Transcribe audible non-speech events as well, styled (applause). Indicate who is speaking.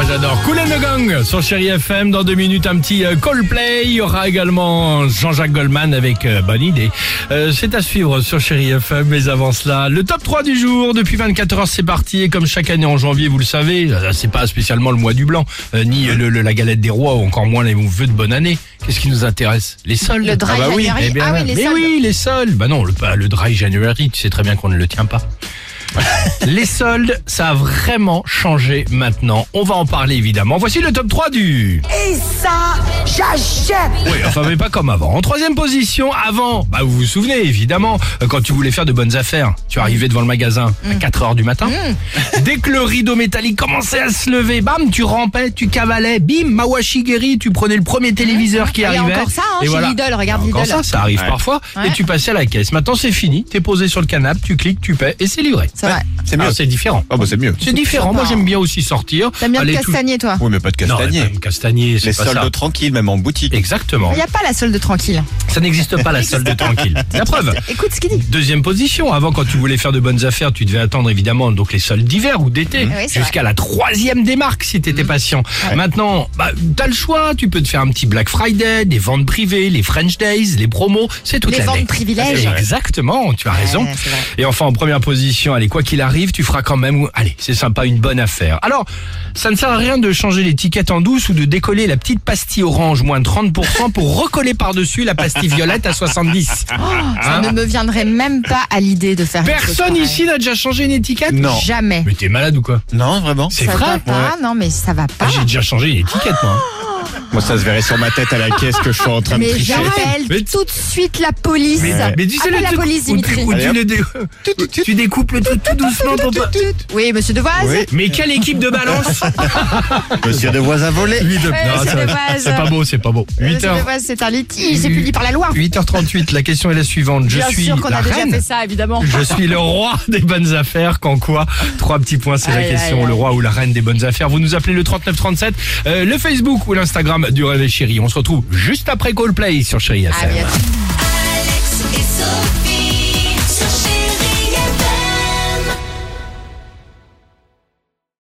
Speaker 1: Ah, j'adore. Cool and the Gang sur Chéri FM. Dans deux minutes, un petit euh, Coldplay. Il y aura également Jean-Jacques Goldman avec euh, Bonne Idée. Euh, c'est à suivre sur Chéri FM. Mais avant cela, le top 3 du jour. Depuis 24 heures, c'est parti. Et comme chaque année en janvier, vous le savez, euh, c'est pas spécialement le mois du blanc, euh, ni euh, le- le- la galette des rois, ou encore moins les vœux de bonne année. Qu'est-ce qui nous intéresse Les soldes.
Speaker 2: Le dry
Speaker 1: ah bah oui.
Speaker 2: January.
Speaker 1: Eh bien,
Speaker 2: Ah oui, les
Speaker 1: mais
Speaker 2: soldes.
Speaker 1: oui, les soldes. Bah non, le, pas le dry January, tu sais très bien qu'on ne le tient
Speaker 2: (laughs)
Speaker 1: pas. Les soldes, ça a vraiment changé maintenant. On va en parler évidemment. Voici le top 3 du...
Speaker 3: Et ça, j'achète
Speaker 1: Oui, enfin mais pas comme avant. En troisième position, avant, bah vous vous souvenez évidemment, euh, quand tu voulais faire de bonnes affaires, tu arrivais devant le magasin à
Speaker 2: Mm.
Speaker 1: 4 heures du matin. (laughs) Dès que le rideau métallique commençait à se lever, bam, tu rampais, tu cavalais, bim, Mawashigeri, tu prenais le premier téléviseur qui
Speaker 2: Mm. Il y a
Speaker 1: arrivait.
Speaker 2: encore ça, hein,
Speaker 1: et
Speaker 2: chez
Speaker 1: voilà.
Speaker 2: Lidl, regarde
Speaker 1: Encore
Speaker 2: Lidl.
Speaker 1: ça, ça arrive parfois. Et
Speaker 2: Ouais.
Speaker 1: tu passais à la caisse. Maintenant c'est fini, t'es posé sur le canapé, tu cliques, tu paies et c'est livré.
Speaker 2: C'est vrai.
Speaker 4: C'est
Speaker 1: Ah,
Speaker 4: mieux.
Speaker 1: c'est différent.
Speaker 4: Ah bah c'est mieux.
Speaker 1: C'est différent. Moi, j'aime bien aussi sortir.
Speaker 2: T'aimes bien
Speaker 1: aller
Speaker 2: le
Speaker 1: tout-
Speaker 2: castagner, toi
Speaker 4: Oui, mais pas de
Speaker 1: Non,
Speaker 4: castagnier.
Speaker 1: même castagner,
Speaker 4: Les
Speaker 1: c'est pas
Speaker 4: soldes
Speaker 1: ça.
Speaker 4: tranquilles, même en boutique.
Speaker 1: Exactement.
Speaker 2: Il n'y a pas la solde tranquille.
Speaker 1: Ça n'existe pas la solde
Speaker 2: (laughs)
Speaker 1: tranquille. La preuve.
Speaker 2: Écoute ce qu'il dit.
Speaker 1: Deuxième position. Avant, quand tu voulais faire de bonnes affaires, tu devais attendre évidemment donc les soldes d'hiver ou d'été,
Speaker 2: Mhm. Oui, c'est Mhm.
Speaker 1: jusqu'à la troisième des marques si t'étais patient. Maintenant, bah, t'as le choix. Tu peux te faire un petit Black Friday, des ventes privées, les French Days, les promos, c'est toute
Speaker 2: Les
Speaker 1: l'année.
Speaker 2: ventes privilèges.
Speaker 1: Exactement. Tu as raison.
Speaker 2: Ouais, c'est vrai.
Speaker 1: Et enfin, en première position, allez, quoi qu'il arrive, tu feras quand même, allez, c'est sympa, une bonne affaire. Alors, ça ne sert à rien de changer l'étiquette en douce ou de décoller la petite pastille orange moins de 30% pour recoller par-dessus la pastille violette à 70.
Speaker 2: Oh, Ça ne me viendrait même pas à l'idée de faire quelque
Speaker 1: ah.
Speaker 2: chose
Speaker 1: Personne
Speaker 2: pareil.
Speaker 1: ici n'a déjà changé une étiquette
Speaker 4: Non.
Speaker 2: Jamais.
Speaker 1: Mais t'es malade ou quoi
Speaker 4: Non, vraiment
Speaker 1: C'est
Speaker 2: ça
Speaker 1: vrai
Speaker 2: va pas, non mais ça va
Speaker 1: Ah,
Speaker 2: pas.
Speaker 1: J'ai déjà changé une étiquette, moi.
Speaker 4: Moi, ça se verrait sur ma tête à la caisse que je suis en train de
Speaker 2: mais
Speaker 4: tricher.
Speaker 2: j'appelle
Speaker 1: Mais-
Speaker 2: tout de suite la police.
Speaker 1: le
Speaker 2: Ah. Appelle la
Speaker 1: truc
Speaker 2: police,
Speaker 1: où tu-
Speaker 2: Dimitri.
Speaker 1: où tu,
Speaker 4: Allez, hop.
Speaker 1: le dé- tu découpes le truc tout doucement pour pas-
Speaker 2: Oui, monsieur Devoise.
Speaker 4: Oui.
Speaker 1: Mais quelle équipe de
Speaker 2: (laughs)
Speaker 1: balance
Speaker 4: Monsieur de voix à voler.
Speaker 1: Non,
Speaker 2: c'est
Speaker 1: ça-
Speaker 2: dommage.
Speaker 1: C'est pas beau, c'est pas beau.
Speaker 2: Monsieur
Speaker 1: 8h.
Speaker 2: Devoise, c'est un litige, c'est puni par la loi.
Speaker 1: 8h38, la question est la suivante. Je
Speaker 2: Bien
Speaker 1: suis
Speaker 2: sûr qu'on
Speaker 1: la
Speaker 2: a déjà
Speaker 1: reine.
Speaker 2: fait ça, évidemment.
Speaker 1: Je suis le roi des bonnes affaires. Quand quoi Trois petits points, c'est la
Speaker 2: Aïe,
Speaker 1: question.
Speaker 2: aïe, aïe.
Speaker 1: Le roi ou la reine des bonnes affaires. Vous nous appelez le 3937, euh, le Facebook ou l'Instagram du Réveil Chéri. On se retrouve juste après Coldplay sur Chéri FM.
Speaker 2: À bientôt.
Speaker 3: Alex et Sophie